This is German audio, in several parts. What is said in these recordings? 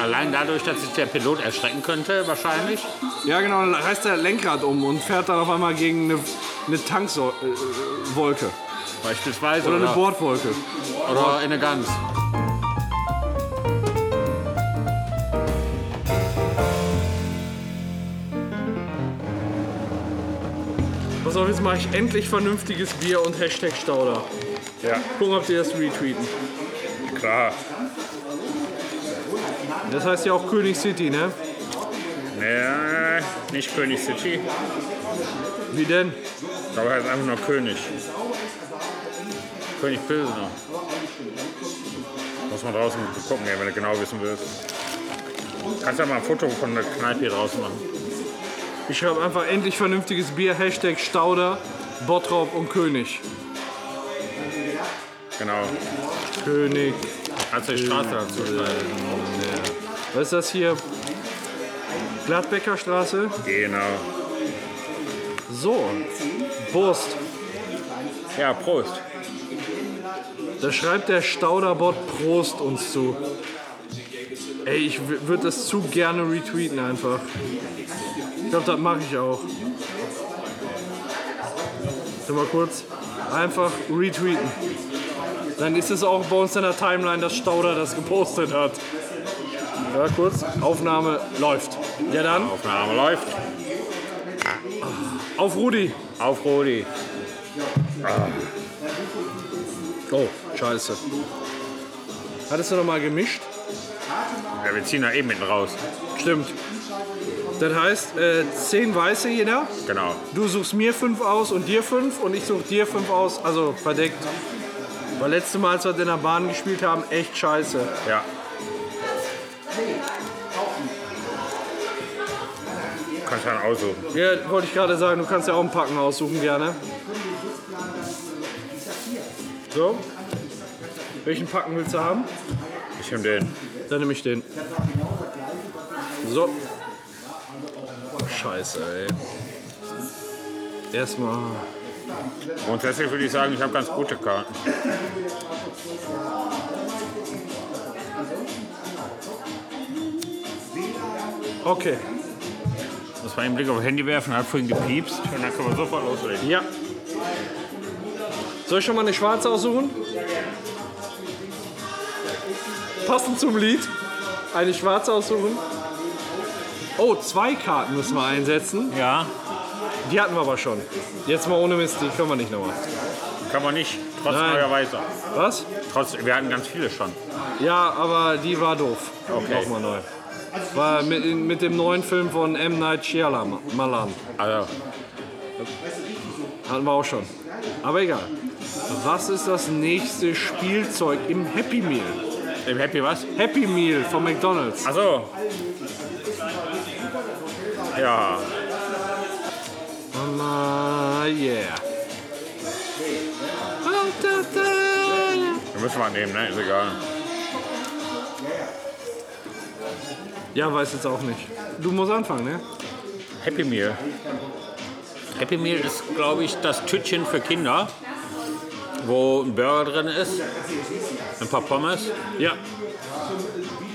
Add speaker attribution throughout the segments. Speaker 1: Allein dadurch, dass sich der Pilot erschrecken könnte, wahrscheinlich.
Speaker 2: Ja, genau, dann reißt der Lenkrad um und fährt dann auf einmal gegen eine, eine Tankswolke
Speaker 1: Beispielsweise.
Speaker 2: oder
Speaker 1: Oder,
Speaker 2: eine Bordwolke.
Speaker 1: oder in eine Gans.
Speaker 3: Pass auf, jetzt mache ich endlich vernünftiges Bier und Hashtag Stauder.
Speaker 4: Ja,
Speaker 3: Gucken, ob die das retweeten.
Speaker 4: klar.
Speaker 3: Das heißt ja auch König City, ne?
Speaker 4: Nee, nicht König City.
Speaker 3: Wie denn?
Speaker 4: Ich glaube, er heißt einfach nur König.
Speaker 1: König Pilsner.
Speaker 4: Muss man draußen gucken, gehen, wenn du genau wissen willst. Kannst ja mal ein Foto von der Kneipe hier draußen machen.
Speaker 3: Ich schreibe einfach endlich vernünftiges Bier, Hashtag Stauder, Bottrop und König.
Speaker 4: Genau.
Speaker 3: König.
Speaker 1: Hat sich Straße dazu gesagt.
Speaker 3: Was ist das hier? Gladbecker Straße.
Speaker 4: Genau.
Speaker 3: So. Burst.
Speaker 4: Ja, Prost.
Speaker 3: Da schreibt der Stauderbot Prost uns zu. Ey, ich würde das zu gerne retweeten einfach. Ich glaube, das mache ich auch. Warte mal kurz. Einfach retweeten. Dann ist es auch bei uns in der Timeline, dass Stauder das gepostet hat. Ja, kurz. Aufnahme läuft. Ja dann,
Speaker 4: Aufnahme läuft.
Speaker 3: auf Rudi.
Speaker 4: Auf Rudi.
Speaker 3: Oh, scheiße. Hattest du noch mal gemischt?
Speaker 4: Ja, wir ziehen da eben mitten raus.
Speaker 3: Stimmt. Das heißt, äh, zehn weiße jeder.
Speaker 4: Genau.
Speaker 3: Du suchst mir fünf aus und dir fünf und ich such dir fünf aus. Also verdeckt. Weil letzte Mal, als wir in der Bahn gespielt haben, echt scheiße.
Speaker 4: Ja. Kannst du dann aussuchen.
Speaker 3: Ja, wollte ich gerade sagen, du kannst ja auch ein Packen aussuchen gerne. So. Welchen Packen willst du haben?
Speaker 4: Ich nehme den.
Speaker 3: Dann nehme ich den. So. Scheiße, ey. Erstmal.
Speaker 4: Grundsätzlich würde ich sagen, ich habe ganz gute Karten.
Speaker 3: Okay.
Speaker 1: Muss man einen Blick aufs Handy werfen, hat vorhin gepiepst.
Speaker 4: Und dann können wir sofort loslegen.
Speaker 3: Ja. Soll ich schon mal eine schwarze aussuchen? Passend zum Lied. Eine schwarze aussuchen. Oh, zwei Karten müssen wir einsetzen.
Speaker 1: Ja.
Speaker 3: Die hatten wir aber schon. Jetzt mal ohne Mist, die können wir nicht nochmal.
Speaker 4: Kann man nicht. Trotz
Speaker 3: Nein.
Speaker 4: neuer Weiser.
Speaker 3: Was?
Speaker 4: Trotz, wir hatten ganz viele schon.
Speaker 3: Ja, aber die war doof.
Speaker 4: Okay.
Speaker 3: Nochmal neu. War mit, mit dem neuen Film von M. Night Shyamalan.
Speaker 4: Also,
Speaker 3: Hatten wir auch schon. Aber egal. Was ist das nächste Spielzeug im Happy Meal?
Speaker 4: im Happy was?
Speaker 3: Happy Meal von McDonald's.
Speaker 4: Achso. Ja.
Speaker 3: Mama, yeah.
Speaker 4: Wir müssen mal nehmen, ne? Ist egal.
Speaker 3: Ja, weiß jetzt auch nicht. Du musst anfangen, ne?
Speaker 4: Happy Meal.
Speaker 1: Happy Meal ist, glaube ich, das Tütchen für Kinder, wo ein Burger drin ist, ein paar Pommes,
Speaker 3: Ja.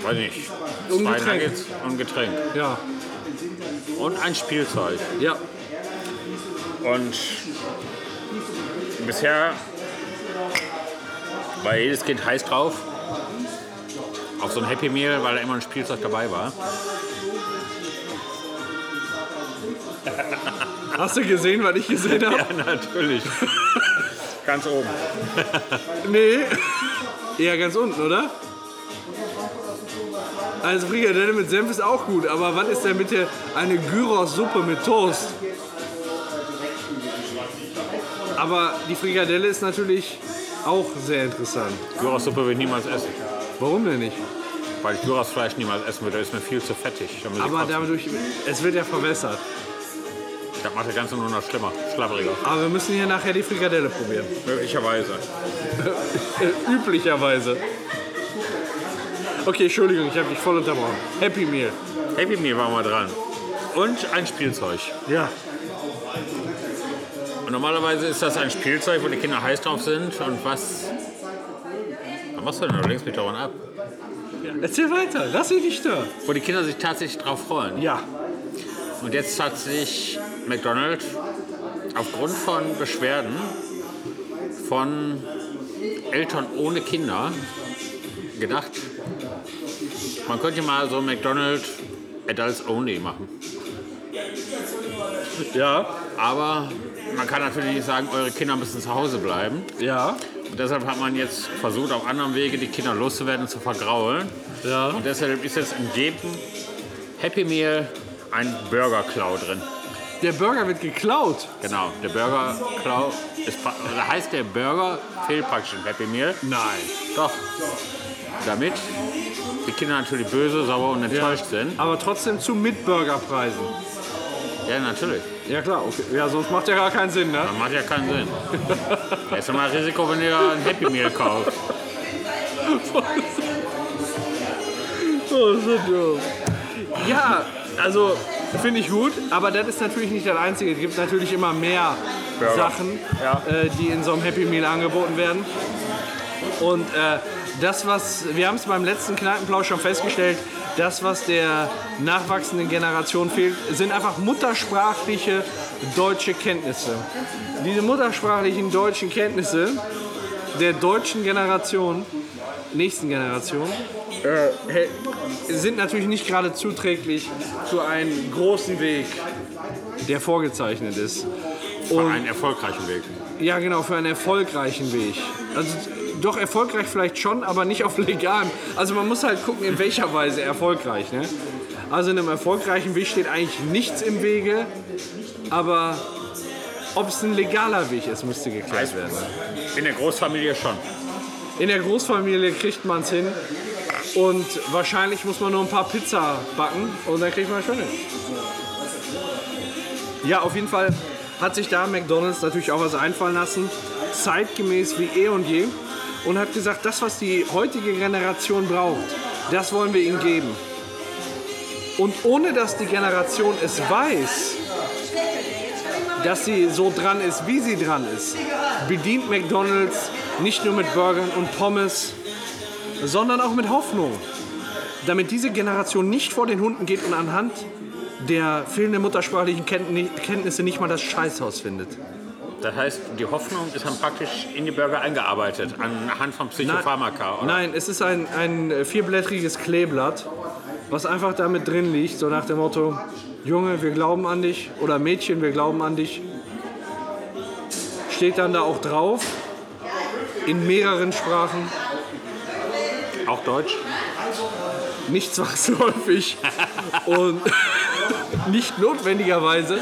Speaker 1: weiß nicht,
Speaker 3: Und
Speaker 1: zwei
Speaker 3: Getränk.
Speaker 1: Nuggets und ein Getränk
Speaker 3: Ja.
Speaker 1: und ein Spielzeug.
Speaker 3: Ja.
Speaker 4: Und bisher
Speaker 1: War jedes Kind heiß drauf auf so ein Happy Meal, weil da immer ein Spielzeug dabei war.
Speaker 3: Hast du gesehen, was ich gesehen habe?
Speaker 1: Natürlich.
Speaker 4: ganz oben.
Speaker 3: Nee. Eher ganz unten, oder? Also Frikadelle mit Senf ist auch gut, aber was ist denn mit der eine Gyros-Suppe mit Toast? Aber die Frikadelle ist natürlich auch sehr interessant.
Speaker 1: Gyrassuppe will ich niemals essen,
Speaker 3: Warum denn nicht?
Speaker 1: weil ich Gyrasfleisch niemals essen würde. Das ist mir viel zu fettig. Da muss ich
Speaker 3: Aber
Speaker 1: kotzen.
Speaker 3: dadurch, es wird ja verwässert.
Speaker 1: das macht das Ganze nur noch schlimmer, schlabberiger.
Speaker 3: Aber wir müssen hier nachher die Frikadelle probieren.
Speaker 4: Möglicherweise.
Speaker 3: Äh, Üblicherweise. Okay, Entschuldigung, ich habe dich voll unterbrochen. Happy Meal.
Speaker 1: Happy Meal war mal dran und ein Spielzeug.
Speaker 3: Ja.
Speaker 1: Und normalerweise ist das ein Spielzeug, wo die Kinder heiß drauf sind und was. Was machst du denn? Du lenkst mich doch ab.
Speaker 3: Erzähl weiter, lass dich nicht stören.
Speaker 1: Wo die Kinder sich tatsächlich drauf freuen.
Speaker 3: Ja.
Speaker 1: Und jetzt hat sich McDonald's aufgrund von Beschwerden von Eltern ohne Kinder gedacht, man könnte mal so McDonald's Adults Only machen.
Speaker 3: Ja.
Speaker 1: Aber man kann natürlich nicht sagen, eure Kinder müssen zu Hause bleiben.
Speaker 3: Ja.
Speaker 1: Und deshalb hat man jetzt versucht, auf anderem Wege die Kinder loszuwerden, zu vergraulen.
Speaker 3: Ja.
Speaker 1: Und deshalb ist jetzt in jedem Happy Meal ein Burger Cloud drin.
Speaker 3: Der Burger wird geklaut.
Speaker 1: Genau, der Burger Cloud ist, pra- oder heißt der Burger fehlt praktisch im Happy Meal.
Speaker 3: Nein.
Speaker 1: Doch. Damit die Kinder natürlich böse, sauer und enttäuscht sind.
Speaker 3: Aber trotzdem zu Mitburgerpreisen.
Speaker 1: Ja, natürlich.
Speaker 3: Ja klar, okay. Ja, sonst macht ja gar keinen Sinn, ne?
Speaker 1: Das macht ja keinen Sinn. Da ist immer Risiko, wenn ihr ein Happy Meal kauft.
Speaker 3: Oh, so doof. Ja, also finde ich gut, aber das ist natürlich nicht das Einzige. Es gibt natürlich immer mehr
Speaker 4: Burger.
Speaker 3: Sachen, äh, die in so einem Happy Meal angeboten werden. Und äh, das, was wir haben es beim letzten Kneipenplausch schon festgestellt, das, was der nachwachsenden Generation fehlt, sind einfach muttersprachliche deutsche Kenntnisse. Diese muttersprachlichen deutschen Kenntnisse der deutschen Generation, nächsten Generation, Äh, Hey, sind natürlich nicht gerade zuträglich zu einem großen Weg, der vorgezeichnet ist.
Speaker 1: Für einen erfolgreichen Weg.
Speaker 3: Ja, genau, für einen erfolgreichen Weg. Also doch erfolgreich vielleicht schon, aber nicht auf legalem. Also man muss halt gucken, in welcher Weise erfolgreich. Ne? Also in einem erfolgreichen Weg steht eigentlich nichts im Wege, aber ob es ein legaler Weg ist, müsste geklärt werden.
Speaker 1: In der Großfamilie schon.
Speaker 3: In der Großfamilie kriegt man es hin und wahrscheinlich muss man nur ein paar Pizza backen und dann kriegt man es schon hin. Ja, auf jeden Fall hat sich da McDonald's natürlich auch was einfallen lassen, zeitgemäß wie eh und je und hat gesagt, das, was die heutige Generation braucht, das wollen wir ihnen geben. Und ohne dass die Generation es weiß, dass sie so dran ist, wie sie dran ist, bedient McDonald's nicht nur mit Burgern und Pommes, sondern auch mit Hoffnung. Damit diese Generation nicht vor den Hunden geht und anhand der fehlenden muttersprachlichen Kenntni- Kenntnisse nicht mal das Scheißhaus findet.
Speaker 1: Das heißt, die Hoffnung ist dann praktisch in die Burger eingearbeitet, anhand von Psychopharmaka. oder?
Speaker 3: Nein, es ist ein, ein äh, vierblättriges Kleeblatt, was einfach damit drin liegt, so nach dem Motto, Junge, wir glauben an dich oder Mädchen, wir glauben an dich. Steht dann da auch drauf, in mehreren Sprachen,
Speaker 1: Auch Deutsch?
Speaker 3: nicht zwangsläufig und nicht notwendigerweise.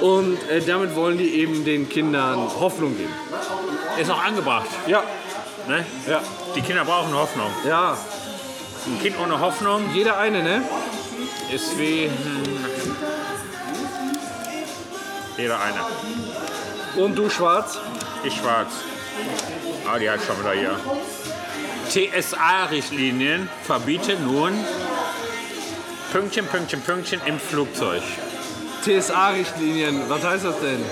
Speaker 3: Und äh, damit wollen die eben den Kindern Hoffnung geben.
Speaker 1: Ist auch angebracht.
Speaker 3: Ja,
Speaker 1: Ne?
Speaker 3: ja,
Speaker 1: Die Kinder brauchen Hoffnung.
Speaker 3: ja.
Speaker 1: Ein Kind ohne Hoffnung
Speaker 3: Jeder eine, ne?
Speaker 1: ist wie hm, jeder eine.
Speaker 3: Und du schwarz.
Speaker 1: Die schwarz. Ah, die hat schon wieder hier. TSA-Richtlinien verbieten nun Pünktchen, Pünktchen, Pünktchen im Flugzeug.
Speaker 3: TSA-Richtlinien, was heißt das denn?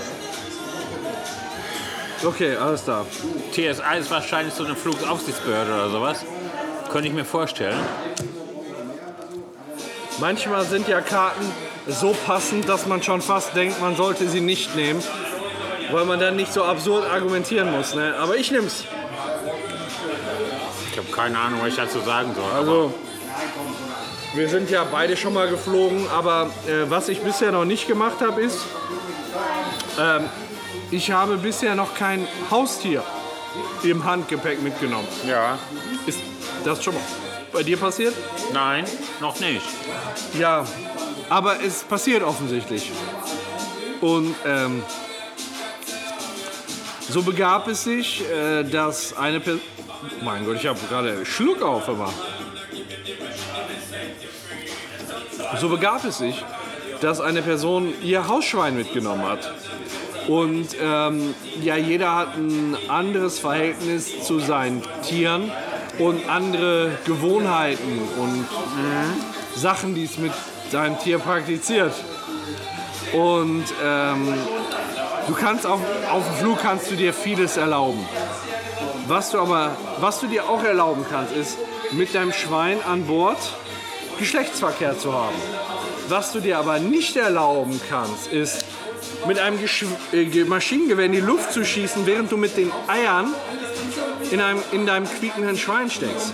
Speaker 3: Okay, alles da.
Speaker 1: TSA ist wahrscheinlich so eine Flugaufsichtsbehörde oder sowas. Könnte ich mir vorstellen.
Speaker 3: Manchmal sind ja Karten so passend, dass man schon fast denkt, man sollte sie nicht nehmen, weil man dann nicht so absurd argumentieren muss. Ne? Aber ich nehm's.
Speaker 1: Ich habe keine Ahnung, was ich dazu sagen soll.
Speaker 3: Also, wir sind ja beide schon mal geflogen, aber äh, was ich bisher noch nicht gemacht habe, ist, ähm, ich habe bisher noch kein Haustier im Handgepäck mitgenommen.
Speaker 4: Ja.
Speaker 3: Ist das schon mal bei dir passiert?
Speaker 1: Nein, noch nicht.
Speaker 3: Ja, aber es passiert offensichtlich. Und ähm, so begab es sich, äh, dass eine Person. Mein Gott, ich habe gerade Schluck auf immer. So begab es sich, dass eine Person ihr Hausschwein mitgenommen hat. Und ähm, ja, jeder hat ein anderes Verhältnis zu seinen Tieren und andere Gewohnheiten und Sachen, die es mit deinem Tier praktiziert. Und äh, ähm, du kannst auf, auf dem Flug kannst du dir vieles erlauben. Was du aber, was du dir auch erlauben kannst, ist, mit deinem Schwein an Bord Geschlechtsverkehr zu haben. Was du dir aber nicht erlauben kannst, ist, mit einem Gesch äh, Ge- Maschinengewehr in die Luft zu schießen, während du mit den Eiern in, einem, in deinem quiekenden Schwein steckst.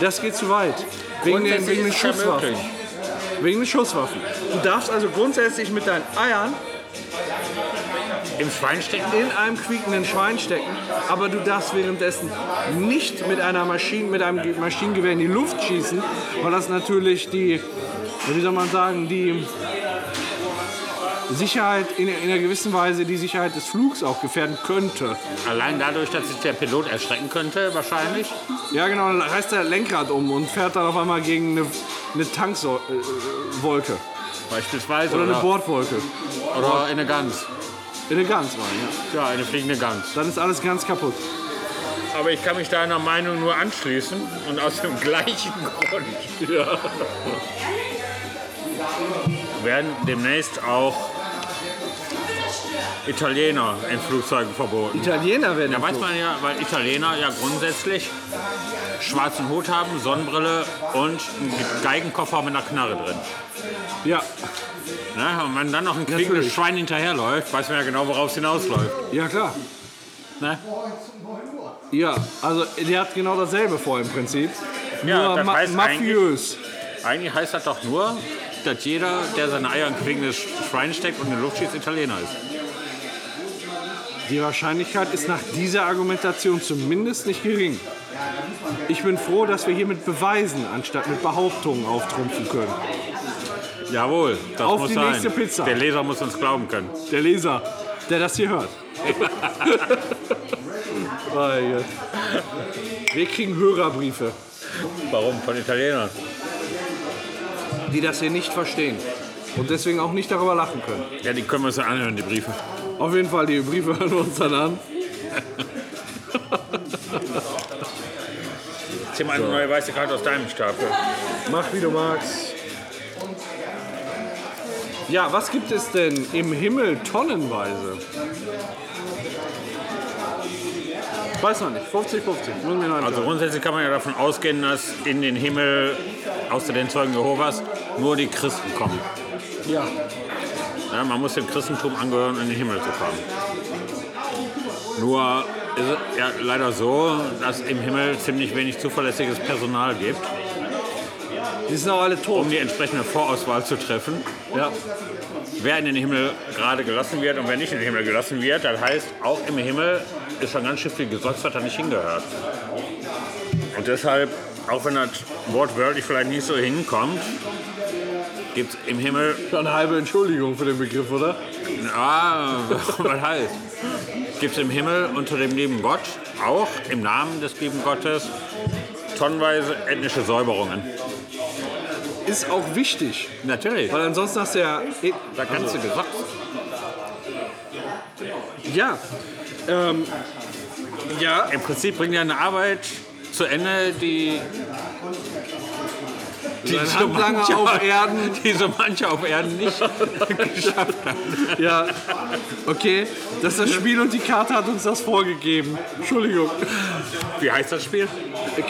Speaker 3: Das geht zu weit. Wegen den, wegen den
Speaker 1: ist es ja
Speaker 3: Schusswaffen.
Speaker 1: möglich.
Speaker 3: Wegen den Schusswaffen. Du darfst also grundsätzlich mit deinen Eiern
Speaker 1: Im Schwein stecken?
Speaker 3: in einem quiekenden Schwein stecken, aber du darfst währenddessen nicht mit, einer Maschine, mit einem Ge- Maschinengewehr in die Luft schießen, weil das natürlich die, wie soll man sagen, die Sicherheit, in, in einer gewissen Weise die Sicherheit des Flugs auch gefährden könnte.
Speaker 1: Allein dadurch, dass sich der Pilot erschrecken könnte, wahrscheinlich.
Speaker 3: Ja genau, dann reißt der Lenkrad um und fährt dann auf einmal gegen eine, eine Tankwolke äh, Wolke
Speaker 1: Beispielsweise.
Speaker 3: oder eine
Speaker 1: Oder,
Speaker 3: Bordwolke.
Speaker 1: oder eine Gans.
Speaker 3: In eine Gans rein, ja.
Speaker 1: Ja, eine fliegende Gans.
Speaker 3: Dann ist alles ganz kaputt.
Speaker 1: Aber ich kann mich deiner Meinung nur anschließen und aus dem gleichen Grund. Ja. Werden demnächst auch Italiener in Flugzeugen verboten.
Speaker 3: Italiener werden
Speaker 1: Da weiß
Speaker 3: geflogen.
Speaker 1: man ja, weil Italiener ja grundsätzlich schwarzen Hut haben, Sonnenbrille und einen Geigenkoffer mit einer Knarre drin.
Speaker 3: Ja,
Speaker 1: Ne? Und wenn dann noch ein kriegendes
Speaker 3: Natürlich.
Speaker 1: Schwein hinterherläuft, weiß man ja genau, worauf es hinausläuft.
Speaker 3: ja klar.
Speaker 1: Ne?
Speaker 3: Ja, also der hat genau dasselbe vor im Prinzip.
Speaker 1: Ja,
Speaker 3: Nur
Speaker 1: das
Speaker 3: ma
Speaker 1: heißt
Speaker 3: mafiös.
Speaker 1: Eigentlich heißt das doch nur, dass jeder, der seine Eier in kriegendes Schwein steckt und in die Luft schießt, Italiener ist.
Speaker 3: Die Wahrscheinlichkeit ist nach dieser Argumentation zumindest nicht gering. Ich bin froh, dass wir hier mit Beweisen anstatt mit Behauptungen auftrumpfen können.
Speaker 1: Jawohl, das
Speaker 3: Auf
Speaker 1: muss
Speaker 3: die
Speaker 1: sein.
Speaker 3: nächste Pizza.
Speaker 1: Der Leser muss uns glauben können.
Speaker 3: Der Leser, der das hier hört. Mein Gott. äh, wir kriegen Hörerbriefe,
Speaker 1: Warum? Von Italienern.
Speaker 3: die das hier nicht verstehen und deswegen auch nicht darüber lachen können.
Speaker 1: Ja, die können wir uns ja anhören, die Briefe.
Speaker 3: Auf jeden Fall, die Briefe hören wir uns dann an.
Speaker 1: Zieh mal eine neue weiße Karte aus deinem Stapel.
Speaker 3: Mach wie du magst. Ja, was gibt es denn im Himmel tonnenweise? Weiß noch nicht. 50-50. Muss mir noch
Speaker 1: Also
Speaker 3: entscheiden.
Speaker 1: grundsätzlich kann man ja davon ausgehen, dass in den Himmel, außer den Zeugen Jehovas, nur die Christen kommen.
Speaker 3: ja.
Speaker 1: Ja, man muss dem Christentum angehören, um in den Himmel zu kommen. Nur ist es ja leider so, dass im Himmel ziemlich wenig zuverlässiges Personal gibt,
Speaker 3: Die sind auch alle tot.
Speaker 1: um die entsprechende Vorauswahl zu treffen.
Speaker 3: Ja.
Speaker 1: wer in den Himmel gerade gelassen wird und wer nicht in den Himmel gelassen wird. Das heißt, auch im Himmel ist schon ganz schön viel Gesotz, was da nicht hingehört. Und deshalb, auch wenn das wortwörtlich vielleicht nicht so hinkommt, gibt es im Himmel,
Speaker 3: Schon eine halbe Entschuldigung für den Begriff, oder?
Speaker 1: ah, was heißt, gibt es im Himmel unter dem lieben Gott, auch im Namen des lieben Gottes, tonnenweise ethnische Säuberungen.
Speaker 3: Ist auch wichtig,
Speaker 1: Natürlich,
Speaker 3: weil ansonsten hast du ja. eh,
Speaker 1: da kannst du gesotzt.
Speaker 3: Ja. Ähm, ja,
Speaker 1: Im Prinzip bringt ja eine Arbeit zu Ende, die die
Speaker 3: Sein Handlanger auf Erden.
Speaker 1: die so manche auf Erden nicht geschafft haben.
Speaker 3: ja. Okay, das ist das Spiel und die Karte hat uns das vorgegeben. Entschuldigung.
Speaker 1: Wie heißt das Spiel?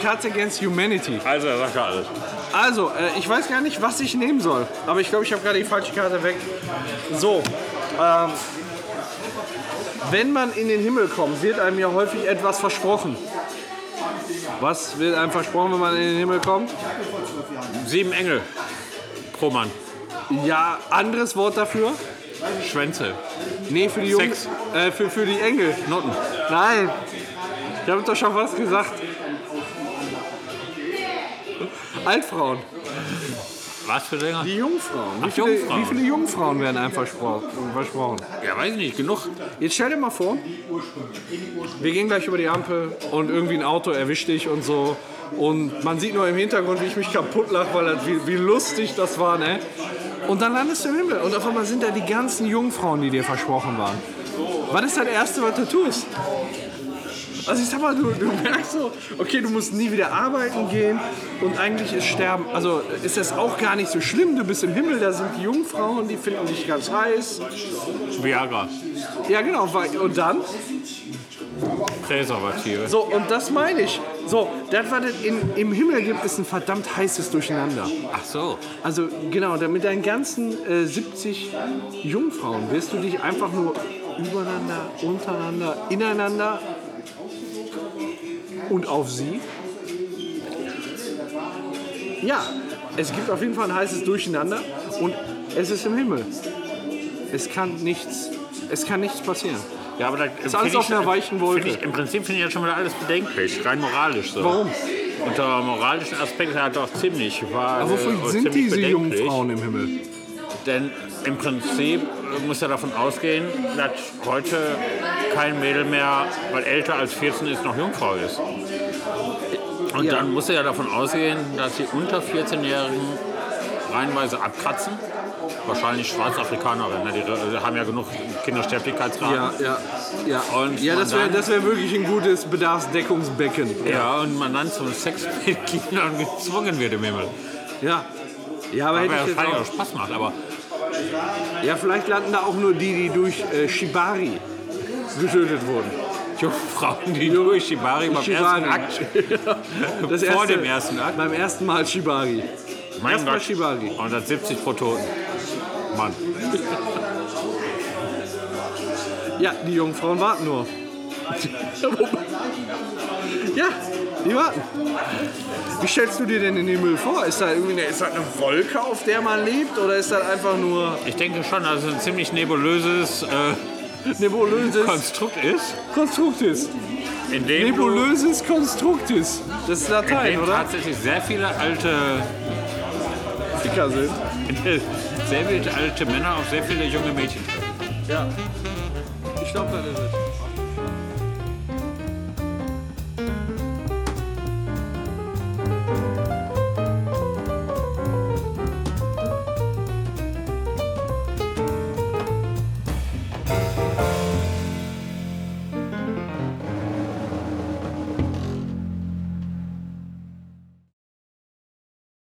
Speaker 3: Cards Against Humanity.
Speaker 1: Also, er sagt ja alles.
Speaker 3: Also, äh, ich weiß gar nicht, was ich nehmen soll. Aber ich glaube, ich habe gerade die falsche Karte weg. So. Ähm, wenn man in den Himmel kommt, wird einem ja häufig etwas versprochen. Was wird einem versprochen, wenn man in den Himmel kommt?
Speaker 1: Sieben Engel pro Mann.
Speaker 3: Ja, anderes Wort dafür?
Speaker 1: Schwänze.
Speaker 3: Nee, für die Jungs.
Speaker 1: Sex.
Speaker 3: Äh, für, für die Engel.
Speaker 1: Noten.
Speaker 3: Nein. Ich habe doch schon was gesagt. Altfrauen.
Speaker 1: Was für Dinger?
Speaker 3: Die Jungfrauen. Wie
Speaker 1: Ach,
Speaker 3: viele,
Speaker 1: Jungfrauen.
Speaker 3: Wie viele Jungfrauen werden einem verspro- versprochen?
Speaker 1: Ja, weiß ich nicht, genug.
Speaker 3: Jetzt stell dir mal vor, wir gehen gleich über die Ampel und irgendwie ein Auto erwischt dich und so. Und man sieht nur im Hintergrund, wie ich mich kaputt lache, weil das, wie, wie lustig das war, ne? Und dann landest du im Himmel und auf einmal sind da die ganzen Jungfrauen, die dir versprochen waren. Was ist das Erste, was du tust? Also ich sag mal, du, du merkst so, okay, du musst nie wieder arbeiten gehen und eigentlich ist Sterben, also ist das auch gar nicht so schlimm. Du bist im Himmel, da sind die Jungfrauen, die finden dich ganz heiß.
Speaker 1: Viagra.
Speaker 3: Ja, genau. weil- Und dann?
Speaker 1: Präservative.
Speaker 3: So, und das meine ich. So, das, was es in, im Himmel gibt, ist ein verdammt heißes Durcheinander.
Speaker 1: Ach so.
Speaker 3: Also genau, damit deinen ganzen äh, 70 Jungfrauen wirst du dich einfach nur übereinander, untereinander, ineinander und auf sie. Ja, es gibt auf jeden Fall ein heißes Durcheinander und es ist im Himmel. Es kann nichts, es kann nichts passieren.
Speaker 1: Ja, aber da ist
Speaker 3: alles auf einer weichen Wolke.
Speaker 1: Ich, Im Prinzip finde ich das schon wieder alles bedenklich, rein moralisch so.
Speaker 3: Warum?
Speaker 1: Unter moralischen Aspekt halt auch ziemlich. War,
Speaker 3: Aber wofür
Speaker 1: äh,
Speaker 3: sind
Speaker 1: ziemlich
Speaker 3: diese
Speaker 1: bedenklich.
Speaker 3: Jungfrauen im Himmel?
Speaker 1: Denn im Prinzip äh, muss ja davon ausgehen, dass heute kein Mädel mehr, weil älter als 14 ist, noch Jungfrau ist. Und
Speaker 3: Ja.
Speaker 1: dann muss er ja davon ausgehen, dass die unter 14-Jährigen reihenweise abkratzen. Wahrscheinlich Schwarzafrikanerinnen, ne? die äh, haben ja genug Kindersterblichkeitsraten.
Speaker 3: ja, ja.
Speaker 1: Und
Speaker 3: ja, das wäre
Speaker 1: man dann-
Speaker 3: das wär wirklich ein gutes Bedarfsdeckungsbecken.
Speaker 1: Ja, und man dann zum Sex mit Kindern gezwungen wird im Himmel.
Speaker 3: Ja. Ja, aber hätte
Speaker 1: Aber
Speaker 3: ich
Speaker 1: das
Speaker 3: jetzt
Speaker 1: auch
Speaker 3: auch.
Speaker 1: Spaß macht, aber
Speaker 3: Ja, vielleicht landen da auch nur die, die durch äh, Shibari getötet wurden.
Speaker 1: Jungfrauen, die durch Shibari beim
Speaker 3: Shibari.
Speaker 1: ersten Akt,
Speaker 3: Das
Speaker 1: vor
Speaker 3: erste-
Speaker 1: dem ersten Akt,
Speaker 3: Beim ersten Mal Shibari.
Speaker 1: mein
Speaker 3: erstmal
Speaker 1: Gott,
Speaker 3: Shibari.
Speaker 1: 170 pro Toten. Mann,
Speaker 3: Ja, die Jungfrauen warten nur. ja, die warten. Wie stellst du dir denn den Himmel vor? Ist da irgendwie eine, ist das eine Wolke, auf der man lebt? Oder ist das einfach nur
Speaker 1: ich denke schon, dass es ein ziemlich nebulöses äh,
Speaker 3: nebulöses
Speaker 1: Konstrukt ist,
Speaker 3: Konstruktis?
Speaker 1: in dem,
Speaker 3: Nebulöses Konstruktis. Das ist
Speaker 1: du, in
Speaker 3: Latein,
Speaker 1: dem
Speaker 3: oder?
Speaker 1: tatsächlich sehr viele alte,
Speaker 3: Ficker sind.
Speaker 1: sehr viele alte Männer auf sehr viele junge Mädchen treffen.
Speaker 3: Ja. Ich glaube, das ist es.